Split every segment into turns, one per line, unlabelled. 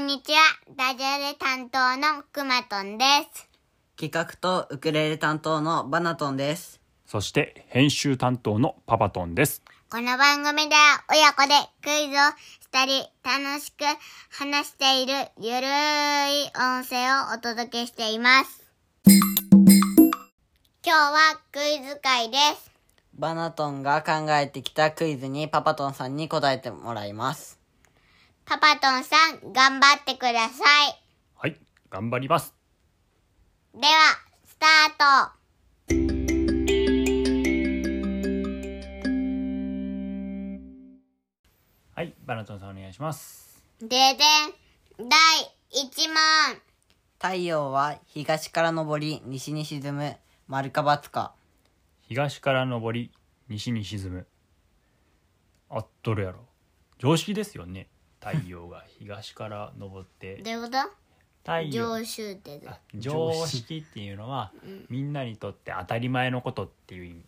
にちは、ダジャレ担当のくまとんです。
企画とウクレレ担当のバナトンです。
そして編集担当のパパトンです。
この番組では親子でクイズをしたり、楽しく話しているゆるい音声をお届けしています。今日はクイズ会です。
バナトンが考えてきたクイズにパパトンさんに答えてもらいます。
パパトンさん、頑張ってください。
はい、頑張ります。
では、スタート。
はい、バナトンさんお願いします。
ででん、第1問。
太陽は東から昇り、西に沈む、丸か×か。
東から昇り、西に沈む。あっとるやろ。常識ですよね。太陽 が東から昇って
どういうこと
太陽
常習ってどう
あ常識っていうのはみんなにとって当たり前のことっていう意味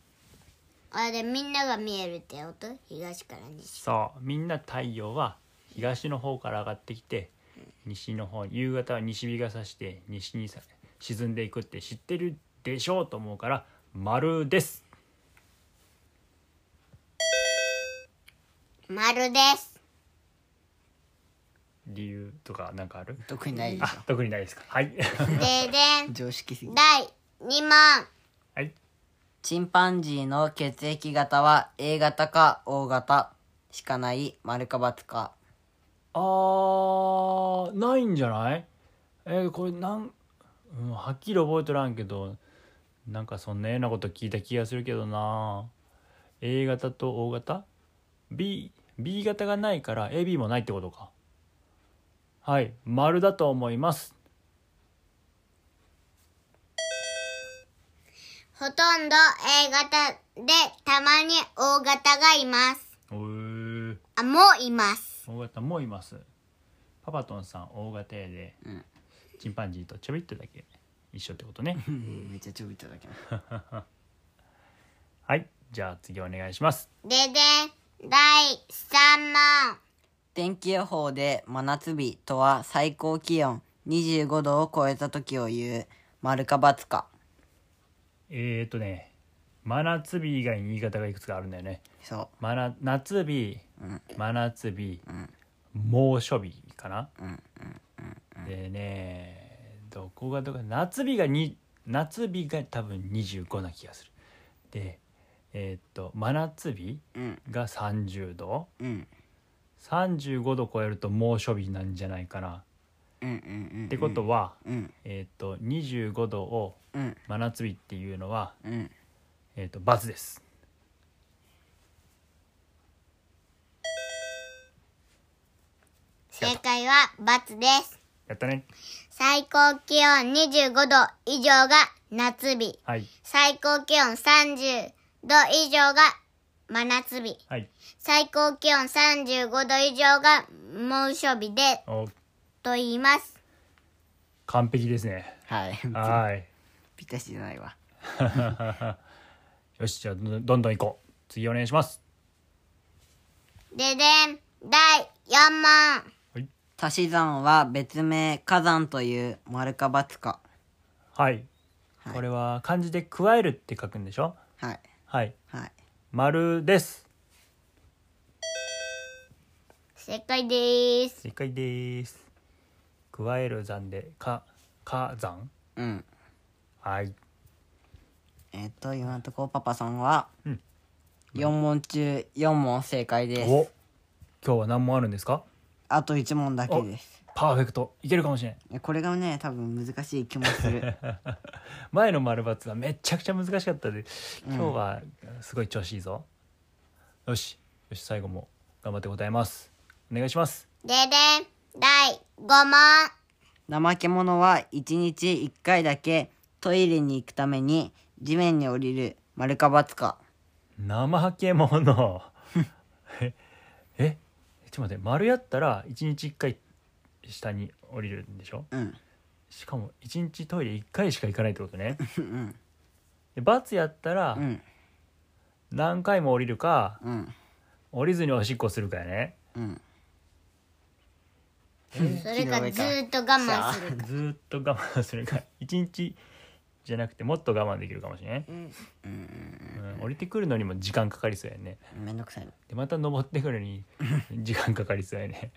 あれみんなが見えるってこと東から西
そうみんな太陽は東の方から上がってきて西の方夕方は西日が差して西にさ沈んでいくって知ってるでしょうと思うから丸です
丸です
理由とかなんかある
特にないでし
あ特にないですかはい
で
ょ。
で
常識すぎ
ん。第2問
はい
チンパンジーの血液型は A 型か O 型しかない、丸か×か。
あーないんじゃないえーこれなん、うん、はっきり覚えとらんけどなんかそんなようなこと聞いた気がするけどな A 型と O 型 B, B 型がないから AB もないってことかはい丸だと思います
ほとんど A 型でたまに O 型がいます
おー
あもういます
O 型もいますパパトンさん O 型やで、
ん
チンパンジーとちょびっとだけ一緒ってことね
うん、めっちゃちょびっとだけど。
はいじゃあ次お願いします
ででん。第3問
天気予報で真夏日とは最高気温25度を超えた時を言う、丸か×か。
えーとね真夏日以外に言い方がいくつかあるんだよね
そ
真夏夏日、真夏日、猛暑日かな、でねどこがどこ夏日がに夏日が多分25な気がするでえっ、と真夏日
う。うん、
が30度
うん、
35度超えると猛暑日なんじゃないかな、
うん、うん、うん。っ
ってことは、
うん、
えっ、と25度を
うん、
真夏日っていうのは
うん。
えっ、とバツです
正解は×です
やったね
最高気温25度以上が夏日
はい
最高気温30度以上が真夏日
はい
最高気温35度以上が猛暑日で
お
と言います。
完璧ですね
はい。
はい
ぴったしじゃないわ。
よしじゃあどんどんどん行こう次お願いします
ででん、第4問。
足し算は別名火山という丸か×か。
はい、
はい
これは漢字で加えるって書くんでしょ
はい。
はい
はい。
丸です
正解です。
正解です加える山でか火山
うん。
はい
えっ、と、今のとこパパさんは、
うん
4問中4問正解です。
お今日は何問あるんですか
あと1問だけです。
パーフェクトいけるかもしれん
いやこれがね、多分難しい気もする。
前の丸抜はめちゃくちゃ難しかったで今日はすごい調子いいぞ、よしよし最後も頑張って答えますお願いします
ででん、第5問。
怠け者は1日1回だけトイレに行くために地面に降りる丸か×か。
怠け者ええちょっと待って丸やったら1日1回下に降りるんでしょ
うん。
しかも1日トイレ1回しか行かないってことね
うん。
で×やったら
うん。
何回も降りるか
うん。
降りずにおしっこするかやね
うん。
それか
木の上
ず
から
ーっと我慢するか。
ずーっと我慢するか一日じゃなくてもっと我慢できるかもしれない、
うん
うん降りてくるのにも時間かかりそうやね
めんどくさい
でまた登ってくる のに時間かかりそうやね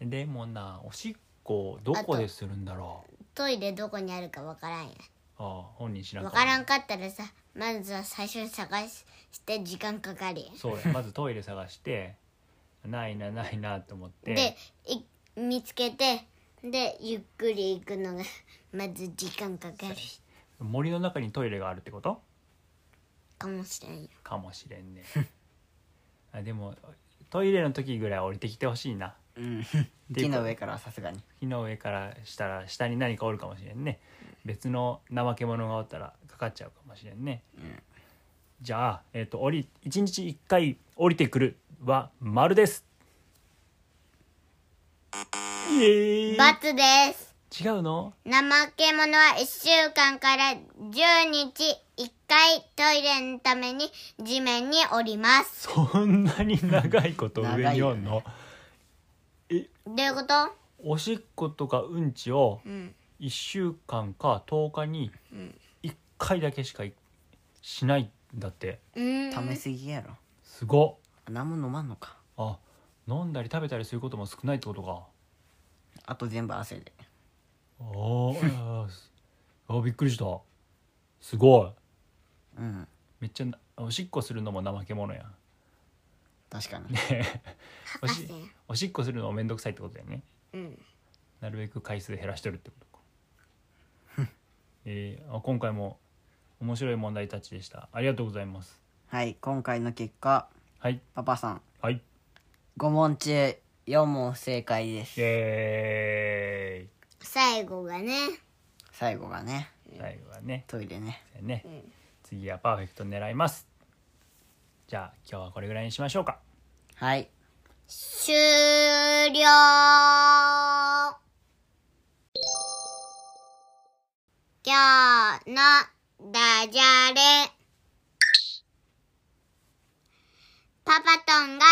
うん
でもなおしっこどこでするんだろう
トイレどこにあるかわからんや
ああ本人知ら
ん。
ん
わから
ん
んかったらさ、まずは最初に探しして時間かかるやん。
そうやまずトイレ探してないなないなと思って
で、い見つけて、で、ゆっくり行くのが、 まず時間かかる
森の中にトイレがあるってこと
かもしれんよ。
かもしれ んねあでもトイレの時ぐらい降りてきてほしいな
うん
で
木の上からはさすがに
木の上からしたら下に何かおるかもしれんね別の怠け者がおったらかかっちゃうかもしれんね、じゃあ、えっと降り1日1回降りてくるは丸ですイエーイ
罰です。
違うの
怠け者は1週間から10日1回トイレのために地面に降ります。
そんなに長いこと上におんの、
どういうこと
おしっことかうんちを
うん。
1週間か10日に1回だけしかいしないんだって
うん。
ためすぎやろ
すごっ
何も飲まんのか
あ飲んだり食べたりすることも少ないってことか
あと全部汗で
おーあーびっくりしたすご
う
い
ん
めっちゃなおしっこするのも怠け者やん
確かに
お
博
し
士。
おしっこするのもめんどくさいってことだよね
うん。
なるべく回数減らしてるって ことかえーあ今回も面白い問題たちでしたありがとうございます
はい今回の結果
はい
パパさん
はい
5問中4問不正解です
イエ
最後がね。
最後がね
ーイ最後はね
トイレね
ね、次はパーフェクト狙いますじゃあ今日はこれぐらいにしましょうか
はい
終了今日のダジャレ。パパトンが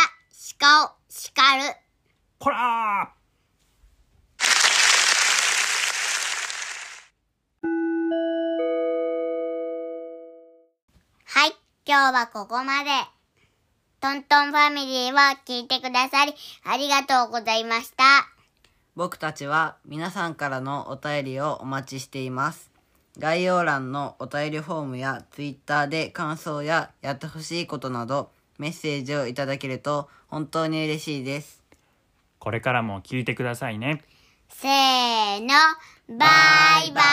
鹿を叱る。
こらー
はい、今日はここまで。トントンファミリーを聞いてくださり、ありがとうございました。
僕たちは皆さんからのお便りをお待ちしています。概要欄のお便りフォームや Twitter で感想ややってほしいことなどメッセージをいただけると本当に嬉しいです。
これからも聞いてくださいね。
せーの、バイバイ